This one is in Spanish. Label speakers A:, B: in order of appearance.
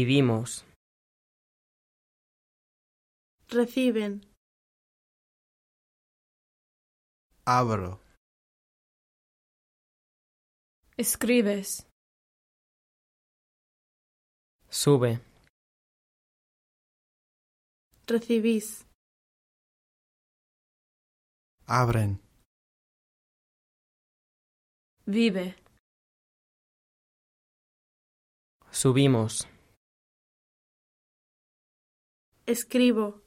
A: vivimos
B: reciben,
C: abro,
D: escribes,
A: sube
B: recibís,
C: abren,
D: vive,
A: subimos
B: escribo,